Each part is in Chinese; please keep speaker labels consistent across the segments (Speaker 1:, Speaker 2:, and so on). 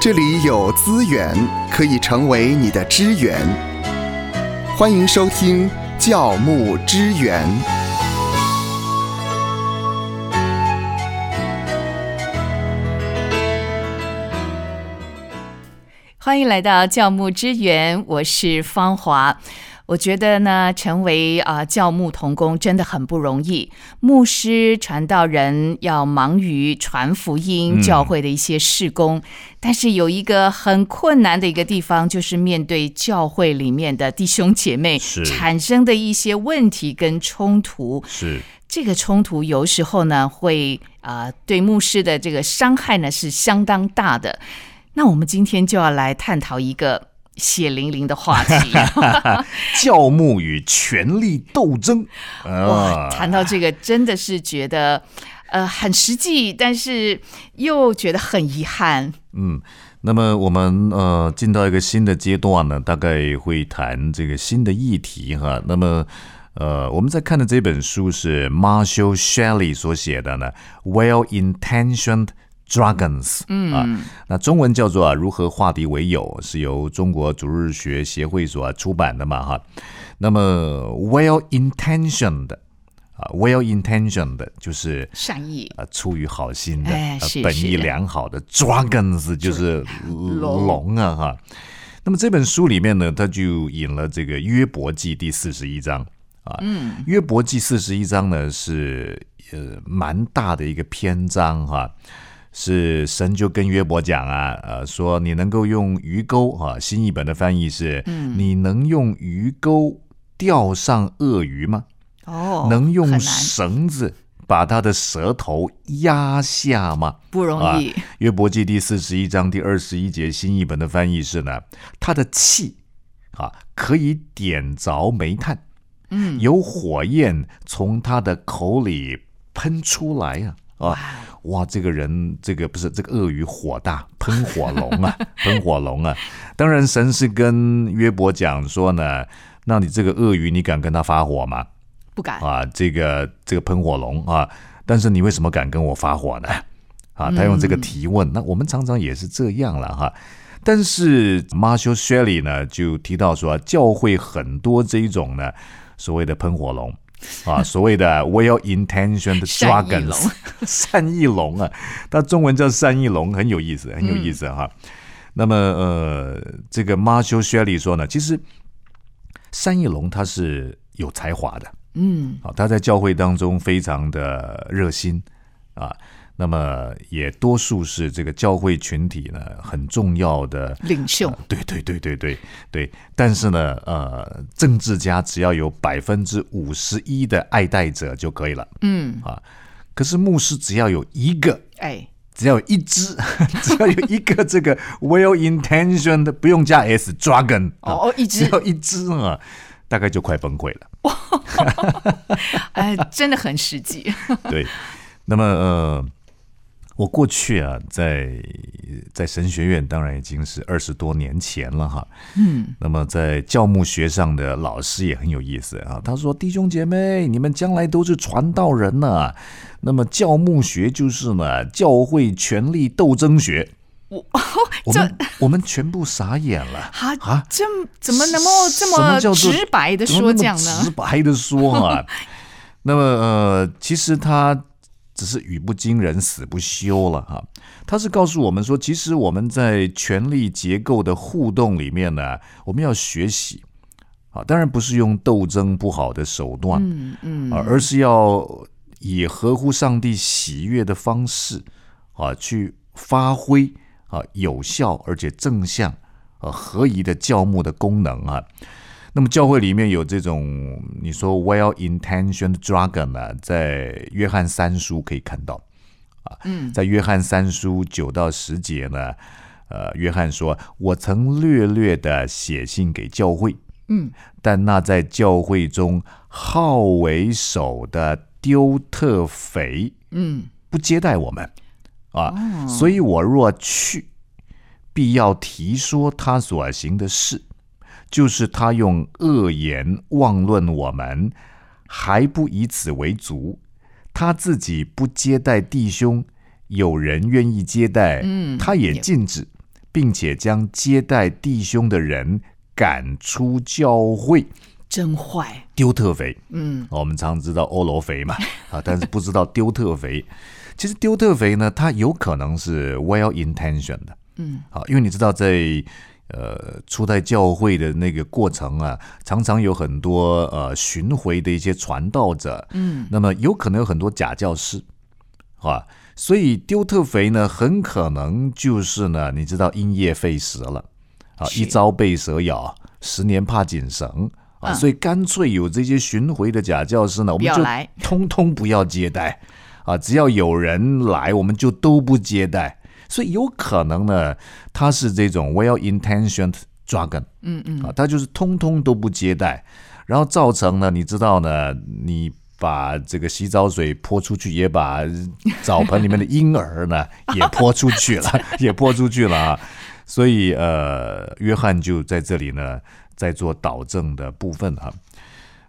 Speaker 1: 这里有资源可以成为你的支援。欢迎收听教牧支援。
Speaker 2: 欢迎来到教牧支援，我是芳华。我觉得呢，成为啊、呃教牧童工真的很不容易。牧师、传道人要忙于传福音、
Speaker 3: 嗯
Speaker 2: 教会的一些事工，但是有一个很困难的一个地方，就是面对教会里面的弟兄姐妹
Speaker 3: 是
Speaker 2: 产生的一些问题跟冲突。
Speaker 3: 是
Speaker 2: 这个冲突有时候呢，会啊、呃对牧师的这个伤害呢是相当大的。那我们今天就要来探讨一个血淋淋的话题。
Speaker 3: 教牧与权力斗争，
Speaker 2: 哇，
Speaker 3: 啊，
Speaker 2: 谈到这个真的是觉得，呃，很实际，但是又觉得很遗憾。
Speaker 3: 嗯，那么我们呃进到一个新的阶段呢，大概会谈这个新的议题哈。那么呃，我们在看的这本书是 Marshall Shelley 所写的呢，《Well-intentioned Dragons》。嗯啊，那中文叫做、啊《如何化敌为友》，是由中国逐日学协会所出版的嘛哈。那么 well-intentioned 啊，well-intentioned 就是
Speaker 2: 善意
Speaker 3: 啊，出于好心的，
Speaker 2: 哎
Speaker 3: 呃
Speaker 2: 是
Speaker 3: 本
Speaker 2: 是
Speaker 3: 意良好的 dragons 就是龙啊哈。那么这本书里面呢，它就引了这个约伯记第四十一章啊。嗯，约伯记四十一章呢是呃蛮大的一个篇章哈、是神就跟约伯讲啊，呃，说你能够用鱼钩啊，新译本的翻译是，
Speaker 2: 嗯
Speaker 3: 你能用鱼钩钓上鳄鱼吗？
Speaker 2: 哦，
Speaker 3: 能用
Speaker 2: 很难
Speaker 3: 绳子把他的舌头压下吗？
Speaker 2: 不容易，
Speaker 3: 约伯记第四十一章第二十一节新译本的翻译是呢，他的气啊可以点着煤炭，
Speaker 2: 嗯，
Speaker 3: 有火焰从他的口里喷出来呀、啊，啊。
Speaker 2: 哦
Speaker 3: 哇，这个人，这个不是这个鳄鱼火大，喷火龙啊， 喷火龙啊！当然，神是跟约伯讲说呢，那你这个鳄鱼，你敢跟他发火吗？
Speaker 2: 不敢。
Speaker 3: 啊，这个这个喷火龙啊，但是你为什么敢跟我发火呢？ 啊，他用这个提问，那我们常常也是这样了哈。但是 Marshall Shelley 呢，就提到说，教会很多这一种呢，所谓的喷火龙 啊，所谓的 well-intentioned
Speaker 2: 善意龙
Speaker 3: dragons，善 意龙啊，它中文叫善意龙，很有意思，很有意思哈。那么呃，这个 Marshall Shelley 说呢，其实善意龙他是有才华的，
Speaker 2: 嗯，
Speaker 3: 啊，他在教会当中非常的热心啊，那么也多数是这个教会群体呢很重要的。
Speaker 2: 领袖
Speaker 3: 对对对对对对，但是呢，呃，政治家只要有百分之五十一的爱戴者就可以了。
Speaker 2: 嗯，
Speaker 3: 啊，可是牧师只要有一个，
Speaker 2: 哎，
Speaker 3: 只要有一只， 只要有一个这个 well-intentioned 不用加 s dragon 啊
Speaker 2: 哦，一
Speaker 3: 只
Speaker 2: 直
Speaker 3: 要一只啊，大概就快崩溃了。
Speaker 2: 哎，真的很实际。
Speaker 3: 对，那么呃，我过去啊，在在神学院，当然已经是二十多年前了哈。
Speaker 2: 嗯，
Speaker 3: 那么在教牧学上的老师也很有意思啊，他说：“弟兄姐妹，你们将来都是传道人呐、那么教牧学就是呢，教会权力斗争学。
Speaker 2: 我
Speaker 3: 我们我们全部傻眼了。
Speaker 2: 哈
Speaker 3: 啊
Speaker 2: 这怎么能够这
Speaker 3: 什么叫做
Speaker 2: 直白的
Speaker 3: 怎么
Speaker 2: 说
Speaker 3: 那么
Speaker 2: 这样呢
Speaker 3: 直？白的 说啊，那么呃，其实他只是语不惊人死不休了哈、他是告诉我们说，其实我们在权力结构的互动里面呢，我们要学习啊，当然不是用斗争不好的手段，
Speaker 2: 嗯嗯，
Speaker 3: 啊，而是要以合乎上帝喜悦的方式啊，去发挥啊有效而且正向啊合宜的教牧的功能啊。那么教会里面有这种你说 well-intentioned dragon 呢、在约翰三书可以看到啊，
Speaker 2: 嗯
Speaker 3: 在约翰三书九到十节呢。呃，约翰说：“我曾略略的写信给教会，但那在教会中好为首的丢特肥
Speaker 2: 嗯，
Speaker 3: 不接待我们啊，所以我若去，必要提说他所行的事，就是他用恶言妄论我们，还不以此为足，他自己不接待弟兄，有人愿意接待，他也禁止。并且将接待弟兄的人赶出教会，
Speaker 2: 真坏，
Speaker 3: 丢特肥。
Speaker 2: 嗯
Speaker 3: 哦我们常知道欧罗肥 嘛，啊，但是不知道丢特肥。其实丢特肥呢，它有可能是 well intention 的，
Speaker 2: 嗯，
Speaker 3: 啊，因为你知道在呃初代教会的那个过程啊，常常有很多呃巡回的一些传道者，
Speaker 2: 嗯，
Speaker 3: 那么有可能有很多假教师，啊，所以丢特肥呢，很可能就是呢，你知道因噎废食了，啊，
Speaker 2: 是
Speaker 3: 一朝被蛇咬，十年怕井绳。啊，
Speaker 2: 嗯
Speaker 3: 所以干脆有这些巡回的假教师呢，我
Speaker 2: 不
Speaker 3: 们
Speaker 2: 要
Speaker 3: 就
Speaker 2: 来
Speaker 3: 通通不要接待啊！只要有人来，我们就都不接待。所以有可能呢，他是这种 well intentioned dragon
Speaker 2: 嗯嗯，
Speaker 3: 啊，他就是通通都不接待，然后造成呢，你知道呢，你把这个洗澡水泼出去，也把澡盆里面的婴儿呢也泼出去了， 也泼出去了啊。所以呃，约翰就在这里呢，在做导正的部分啊。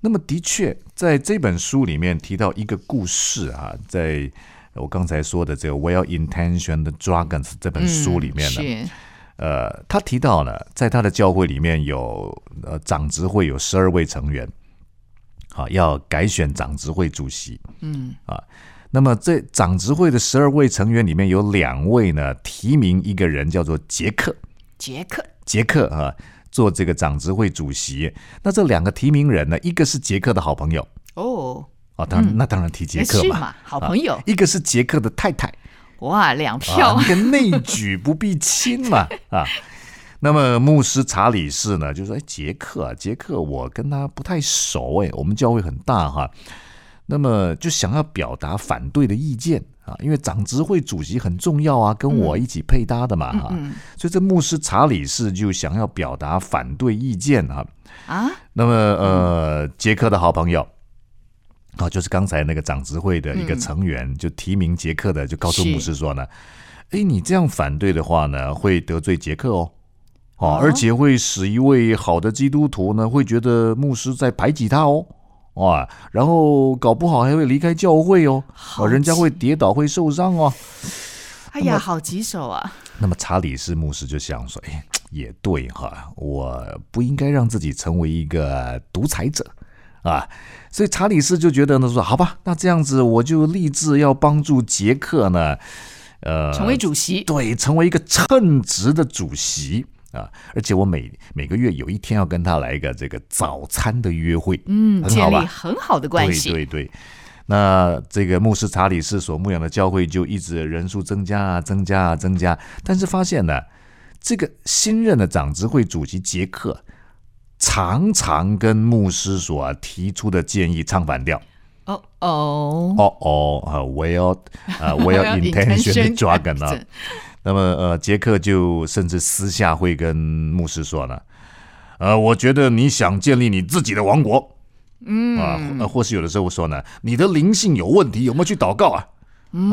Speaker 3: 那么的确，在这本书里面提到一个故事啊，在我刚才说的这个《Well Intentioned Dragons》这本书里面呢，
Speaker 2: 嗯是
Speaker 3: 呃，他提到呢，在他的教会里面有呃长执会有十二位成员，好、要改选长执会主席。啊
Speaker 2: 嗯
Speaker 3: 那么这长执会的十二位成员里面有两位呢，提名一个人叫做杰克，
Speaker 2: 杰克，
Speaker 3: 杰克啊做这个长执会主席。那这两个提名人呢，一个是杰克的好朋友
Speaker 2: 哦，
Speaker 3: 啊，当然、那当然提杰克
Speaker 2: 哎是
Speaker 3: 嘛，啊
Speaker 2: 嘛，好朋友，
Speaker 3: 一个是杰克的太太。
Speaker 2: 哇，两票
Speaker 3: 啊，，那个内举不避亲嘛啊。那么牧师查理士呢，就说：“哎，杰克啊，杰克，我跟他不太熟哎，我们教会很大哈。那么就想要表达反对的意见啊，因为长执会主席很重要啊，跟我一起配搭的嘛哈。
Speaker 2: 嗯
Speaker 3: 所以这牧师查理士就想要表达反对意见啊。
Speaker 2: 啊，
Speaker 3: 那么呃，
Speaker 2: 嗯
Speaker 3: 杰克的好朋友。”啊，就是刚才那个长执会的一
Speaker 2: 嗯
Speaker 3: 个成员，就提名杰克的，就告诉
Speaker 2: 是
Speaker 3: 牧师说呢，哎，你这样反对的话呢，会得罪杰克哦，哦
Speaker 2: 哦，
Speaker 3: 而且会使一位好的基督徒呢，会觉得牧师在排挤他哦，哇，然后搞不好还会离开教会哦，
Speaker 2: 好
Speaker 3: 哦，人家会跌倒，会受伤哦。
Speaker 2: 哎呀，好棘手啊，
Speaker 3: 那么查理士牧师就想说，哎，也对哈，我不应该让自己成为一个独裁者啊。所以查理士就觉得呢，说好吧，那这样子我就立志要帮助杰克呢，呃，
Speaker 2: 成为主席，
Speaker 3: 对，成为一个称职的主席啊。而且我每每个月有一天要跟他来一个这个早餐的约会，
Speaker 2: 嗯，
Speaker 3: 很
Speaker 2: 建
Speaker 3: 好吧
Speaker 2: 立很好的关系，
Speaker 3: 对对对。那这个牧师查理士所牧养的教会就一直人数增加啊，增加啊，增加。但是发现呢，这个新任的长执会主席杰克常常跟牧师所提出的建议唱反 调。
Speaker 2: 哦哦，
Speaker 3: 哦哦，啊，well，啊 ，well intention dragon 啊。那么呃，杰克就甚至私下会跟牧师说呢，呃，我觉得你想建立你自己的王国，嗯啊，呃或是有的时候说呢，你的灵性有问题，有没有去祷告啊？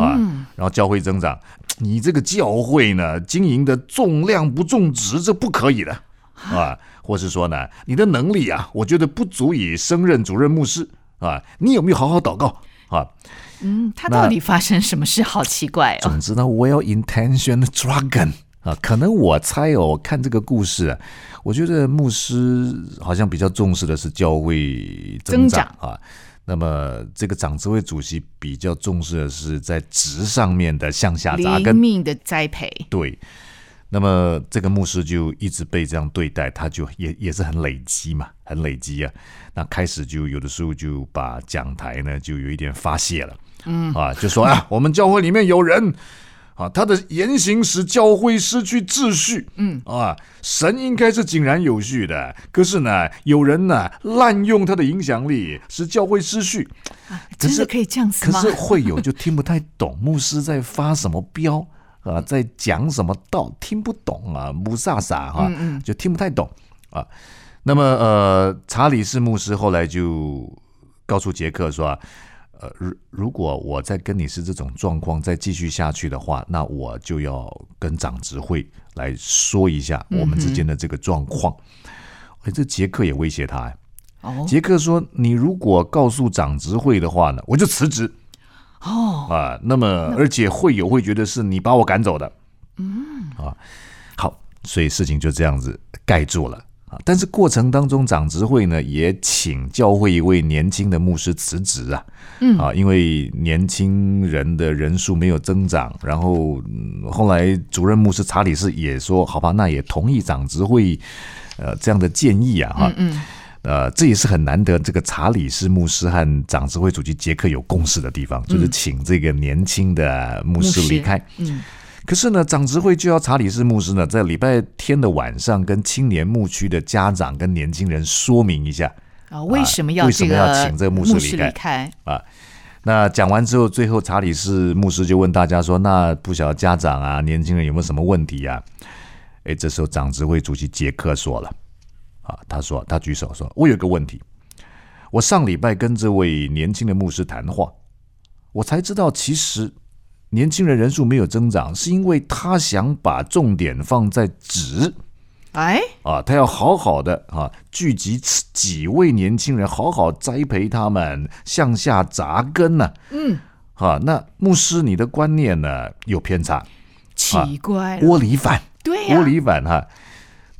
Speaker 3: 啊，然后教会增长，你这个教会呢，经营的重量不重质，这不可以的啊，或是说呢，你的能力啊，我觉得不足以升任主任牧师啊，你有没有好好祷告啊？
Speaker 2: 嗯，他到底发生什么事？好奇怪哦，
Speaker 3: 总之呢，well intentioned dragon 啊，可能我猜哦，我看这个故事、啊，我觉得牧师好像比较重视的是教会增长啊。那么，这个长执会主席比较重视的是在职上面的向下扎
Speaker 2: 灵
Speaker 3: 根，
Speaker 2: 命的栽培，
Speaker 3: 对。那么这个牧师就一直被这样对待，他就也也是很累积嘛，很累积啊。那开始就有的时候就把讲台呢就有一点发泄了，嗯啊，就说啊，我们教会里面有人啊，他的言行使教会失去秩序，嗯啊，神应该是井然有序的，可是呢，有人呢滥用他的影响力，使教会失序。可
Speaker 2: 真
Speaker 3: 是
Speaker 2: 的可以这样子
Speaker 3: 可
Speaker 2: 吗哦
Speaker 3: 是？会有就听不太懂牧师在发什么飙啊，在讲什么道，听不懂啊，不飒飒哈，
Speaker 2: 嗯
Speaker 3: 就听不太懂啊。那么呃，查理士牧师后来就告诉杰克说、啊。呃，如如果我再跟你是这种状况再继续下去的话，那我就要跟长执会来说一下我们之间的这个状况。哎，这杰克也威胁他、哎
Speaker 2: 哦
Speaker 3: 杰克说：“你如果告诉长执会的话呢，我就辞职
Speaker 2: 哦，
Speaker 3: 啊。那么，而且会友会觉得是你把我赶走的。嗯，啊，好，所以事情就这样子盖住了啊。但是过程当中，长执会呢也请教会一位年轻的牧师辞职啊，
Speaker 2: 嗯
Speaker 3: 啊，因为年轻人的人数没有增长，然后、嗯后来主任牧师查理士也说，好吧，那也同意长执会呃这样的建议啊，哈、
Speaker 2: 嗯嗯，
Speaker 3: 呃，这也是很难得，这个查理士牧师和长执会主席杰克有共识的地方，就是请这个年轻的牧师离开。
Speaker 2: 嗯
Speaker 3: 可是呢，长执会就要查理士牧师呢，在礼拜天的晚上跟青年牧区的家长跟年轻人说明一下。
Speaker 2: 啊，为什么要
Speaker 3: 为什
Speaker 2: 这
Speaker 3: 么
Speaker 2: 个
Speaker 3: 要请这个牧师
Speaker 2: 牧
Speaker 3: 离
Speaker 2: 师
Speaker 3: 开
Speaker 2: 离开？
Speaker 3: 那讲完之后，最后查理士牧师就问大家说：“那不晓得家长啊，年轻人有没有什么问题啊？”哎，这时候长执会主席杰克说了：“啊，他说他举手说，我有个问题，我上礼拜跟这位年轻的牧师谈话，我才知道其实年轻人人数没有增长，是因为他想把重点放在纸。”
Speaker 2: 哎，
Speaker 3: 啊，他要好好的啊，聚集此几位年轻人，好好栽培他们，向下扎根呢、
Speaker 2: 嗯，
Speaker 3: 啊，那牧师，你的观念呢有偏差，
Speaker 2: 奇怪了，
Speaker 3: 窝里反，
Speaker 2: 对哎呀
Speaker 3: 窝，里反哈、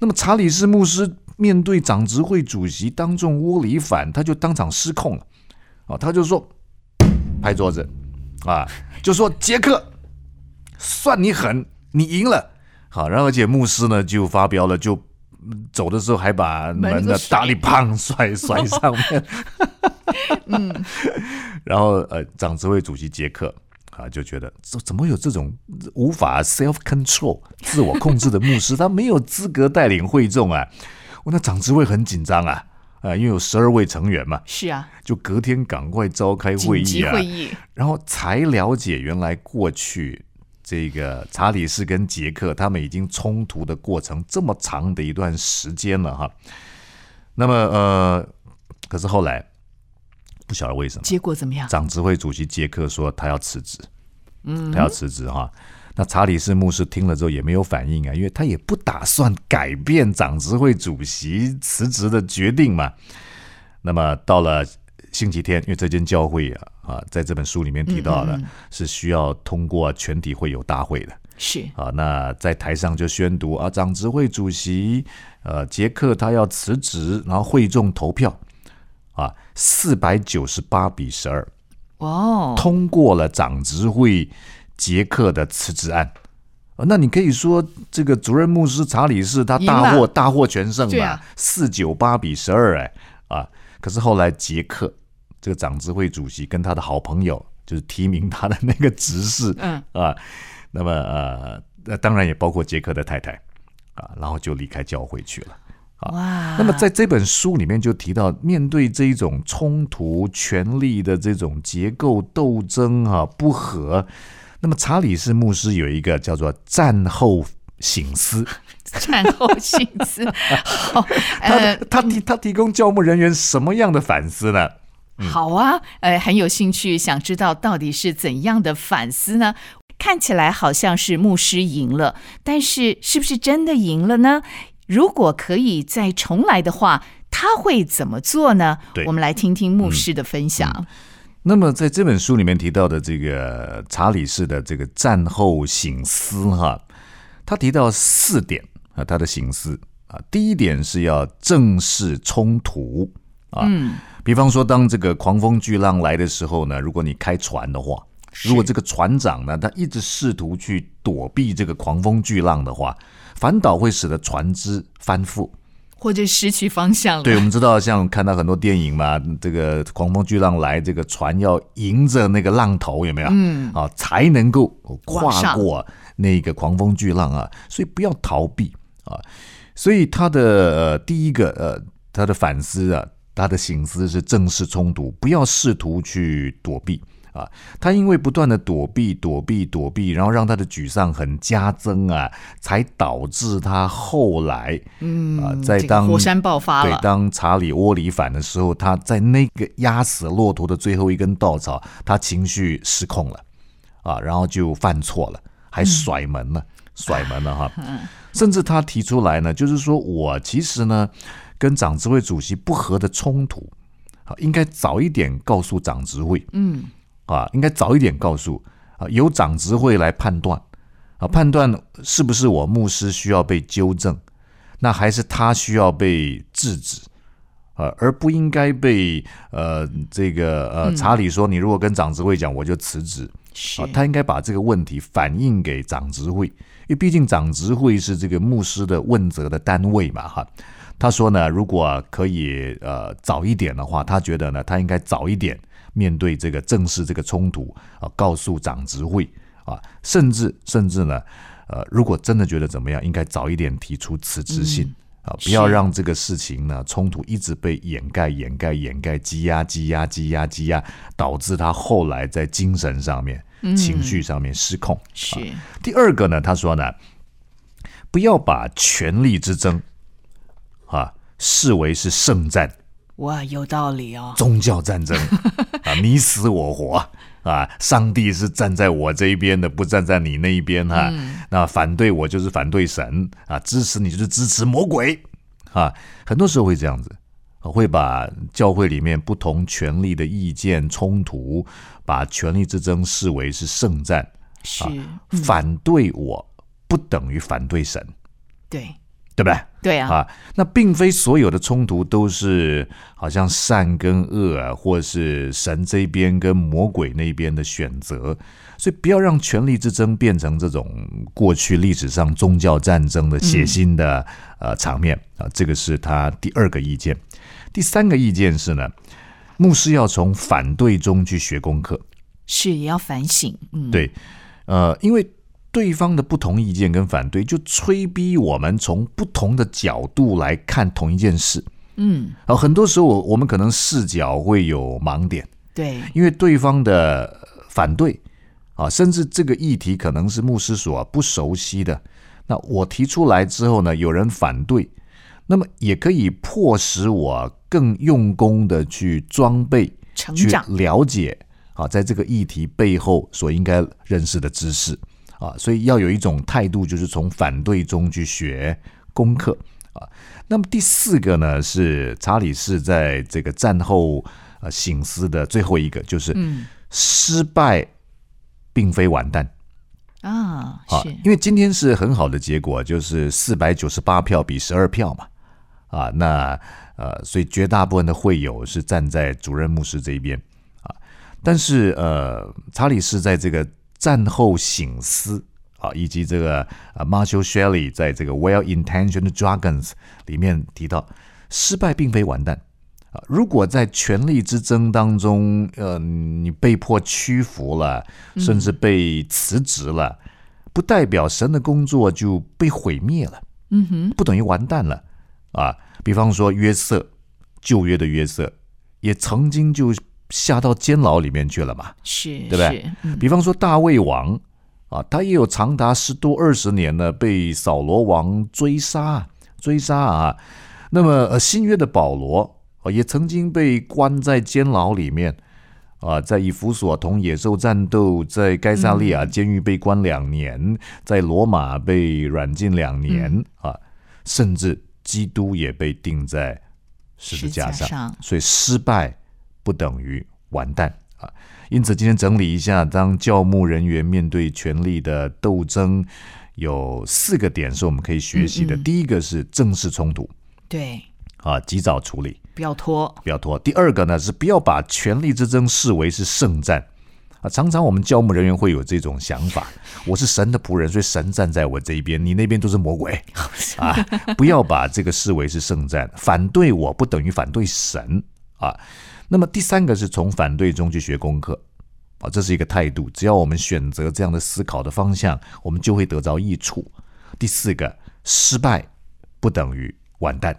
Speaker 3: 那么查理士牧师面对长执会主席当众窝里反，他就当场失控了，啊，他就说拍桌子，啊，就说杰克，算你狠，你赢了。好，然后而且牧师呢就发飙了，就嗯走的时候还把门
Speaker 2: 门
Speaker 3: 的
Speaker 2: 子甩
Speaker 3: 大力砰甩甩上面。嗯，然后呃，长执会主席杰克啊就觉得怎怎么有这种无法 self control 自我控制的牧师，他没有资格带领会众啊。我那长执会很紧张啊。啊，因为有十二位成员嘛，
Speaker 2: 是啊，
Speaker 3: 就隔天赶快召开会
Speaker 2: 紧
Speaker 3: 议
Speaker 2: 急
Speaker 3: 啊，
Speaker 2: 会议，
Speaker 3: 然后才了解原来过去这个查理士跟杰克他们已经冲突的过程这么长的一段时间了哈。那么呃，可是后来不晓得为什么，
Speaker 2: 结果怎么样？
Speaker 3: 长执会主席杰克说他要辞职，嗯，他要辞职哈。那查理士牧师听了之后也没有反应啊，因为他也不打算改变长执会主席辞职的决定嘛。那么到了星期天，因为这间教会啊啊，在这本书里面提到的是需要通过全体会友大会的。
Speaker 2: 是
Speaker 3: 啊，那在台上就宣读啊，长执会主席呃杰克他要辞职，然后会众投票啊，四百九十八比十二
Speaker 2: 哦，
Speaker 3: 通过了长执会杰克的辞职案。啊那你可以说，这个主任牧师查理士他
Speaker 2: 赢
Speaker 3: 大获
Speaker 2: 了
Speaker 3: 大获全胜
Speaker 2: 对
Speaker 3: 嘛
Speaker 2: 啊，
Speaker 3: 四九八比十二，哎啊！可是后来杰克这个长执会主席跟他的好朋友，就是提名他的那个执事，
Speaker 2: 嗯
Speaker 3: 啊，那么呃，那当然也包括杰克的太太啊，然后就离开教会去了。啊
Speaker 2: 哇，
Speaker 3: 那么在这本书里面就提到，面对这一种冲突、权力的这种结构斗争啊不和，那么查理士牧师有一个叫做战后醒思，
Speaker 2: 产后性思，好，
Speaker 3: 他
Speaker 2: 呃，
Speaker 3: 他提他提供教牧人员什么样的反思呢？嗯
Speaker 2: 好啊，呃，很有兴趣，想知道到底是怎样的反思呢？看起来好像是牧师赢了，但是是不是真的赢了呢？如果可以再重来的话，他会怎么做呢
Speaker 3: 对？嗯
Speaker 2: 我们来听听牧师的分享。
Speaker 3: 那么在这本书里面提到的这个查理士的这个战后醒思哈，他提到四点啊，他的醒思啊，第一点是要正视冲突啊，比方说当这个狂风巨浪来的时候呢，如果你开船的话，如果这个船长呢，他一直试图去躲避这个狂风巨浪的话，反倒会使得船只翻覆。
Speaker 2: 或者失去方向了。
Speaker 3: 对，我们知道，像看到很多电影嘛，这个狂风巨浪来，这个船要迎着那个浪头，有没有？嗯，啊，才能够
Speaker 2: 往
Speaker 3: 跨
Speaker 2: 上
Speaker 3: 过那个狂风巨浪啊，所以不要逃避啊。所以他的呃第一个呃他的反思啊，他的醒思是正视冲突，不要试图去躲避。啊，他因为不断的躲避、躲避、躲避，然后让他的沮丧很加增啊，才导致他后来，嗯啊，在
Speaker 2: 这个
Speaker 3: 当
Speaker 2: 火山爆发
Speaker 3: 对
Speaker 2: 了，，
Speaker 3: 当查理窝里反的时候，他在那个压死骆驼的最后一根稻草，他情绪失控了啊，然后就犯错了，还甩门
Speaker 2: 嗯
Speaker 3: 了，甩门了哈。甚至他提出来呢，就是说我其实呢跟长执会主席不和的冲突，啊，应该早一点告诉长执会，
Speaker 2: 嗯，
Speaker 3: 啊，应该早一点告诉啊，由长执会来判断啊，判断是不是我牧师需要被纠正，那还是他需要被制止。呃，而不应该被呃这个呃查理说，你如果跟长执会讲，我就辞职。
Speaker 2: 是
Speaker 3: 啊，他应该把这个问题反映给长执会，因为毕竟长执会是这个牧师的问责的单位嘛，哈。他说呢，如果啊可以呃早一点的话，他觉得呢，他应该早一点面对这个正视这个冲突啊，告诉长执会啊，甚至甚至呢，呃，如果真的觉得怎么样，应该早一点提出辞职信。啊，不要
Speaker 2: 是
Speaker 3: 让这个事情呢冲突一直被掩盖、掩盖、掩盖、积压、积压、积压、积压，导致他后来在精神上面、情绪上面失控。
Speaker 2: 是
Speaker 3: 第二个呢，他说呢，不要把权力之争啊视为是圣战、
Speaker 2: 哇，有道理哦。
Speaker 3: 宗教战争啊，你死我活。啊，上帝是站在我这一边的，不站在你那一边哈、那反对我就是反对神啊，支持你就是支持魔鬼啊。很多时候会这样子，啊会把教会里面不同权力的意见冲突，把权力之争视为是圣战。
Speaker 2: 是，
Speaker 3: 啊反对我不等于反对神，
Speaker 2: 对
Speaker 3: 对不对？
Speaker 2: 对啊，
Speaker 3: 啊，那并非所有的冲突都是好像善跟恶啊，或是神这边跟魔鬼那边的选择，所以不要让权力之争变成这种过去历史上宗教战争的血腥的、
Speaker 2: 嗯
Speaker 3: 呃场面啊。这个是他第二个意见。第三个意见是呢，牧师要从反对中去学功课。
Speaker 2: 是也要反省。嗯，
Speaker 3: 对，呃，因为对方的不同意见跟反对，就催逼我们从不同的角度来看同一件事。
Speaker 2: 嗯，
Speaker 3: 啊，很多时候我我们可能视角会有盲点，
Speaker 2: 对，
Speaker 3: 因为对方的呃反对啊，甚至这个议题可能是牧师所不熟悉的。那我提出来之后呢，有人反对，那么也可以迫使我更用功的去装备
Speaker 2: 成
Speaker 3: 去
Speaker 2: 长
Speaker 3: 了解啊，在这个议题背后所应该认识的知识啊，所以要有一种态度，就是从反对中去学功课啊。那么第四个呢，是查理士在这个战后呃醒思的最后一个，就是
Speaker 2: 嗯
Speaker 3: 失败并非完蛋。
Speaker 2: 啊，
Speaker 3: 啊
Speaker 2: 是，
Speaker 3: 因为今天是很好的结果，就是四百九十八票比十二票嘛，啊，那呃，所以绝大部分的会友是站在主任牧师这一边啊，但是呃，查理是在这个战后醒思。啊，以及这个呃，Marshall Shelley 在这个《Well-Intentioned Dragons》里面提到，失败并非完蛋啊。如果在权力之争当中，呃，你被迫屈服了，甚至被辞职了，不代表神的工作就被毁灭了，
Speaker 2: 嗯哼，
Speaker 3: 不等于完蛋了啊。比方说约瑟，旧约的约瑟，也曾经就下到监牢里面去了嘛。
Speaker 2: 是，
Speaker 3: 对不对
Speaker 2: 是？嗯，
Speaker 3: 比方说大卫王啊，他也有长达十多二十年呢被扫罗王追杀追杀啊。那么呃，新约的保罗啊，也曾经被关在监牢里面啊，在以弗所同野兽战斗，在该萨利
Speaker 2: 嗯
Speaker 3: 亚监狱被关两年，在罗马被软禁两年、
Speaker 2: 嗯
Speaker 3: 啊，甚至基督也被钉在十字架
Speaker 2: 十字架上
Speaker 3: 所以失败不等于完蛋啊。因此，今天整理一下，当教牧人员面对权力的斗争，有四个点是我们可以学习的。第一个是正式冲突
Speaker 2: 对，
Speaker 3: 啊，及早处理，
Speaker 2: 不要拖，
Speaker 3: 不要拖。第二个呢是不要把权力之争视为是圣战。啊，常常我们教牧人员会有这种想法：我是神的仆人，所以神站在我这一边，你那边都是魔鬼啊！不要把这个视为是圣战，反对我不等于反对神啊。那么第三个是从反对中去学功课啊，这是一个态度。只要我们选择这样的思考的方向，我们就会得着益处。第四个，失败不等于完蛋。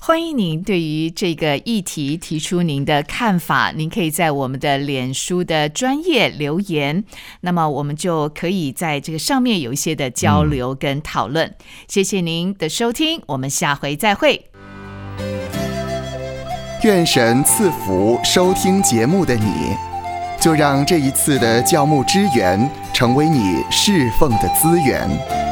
Speaker 2: 欢迎您对于这个议题提出您的看法，您可以在我们的脸书的专业留言，那么我们就可以在这个上面有一些的交流跟讨论。谢谢您的收听，我们下回再会。
Speaker 1: 愿神赐福收听节目的你，就让这一次的教牧支援成为你侍奉的资源。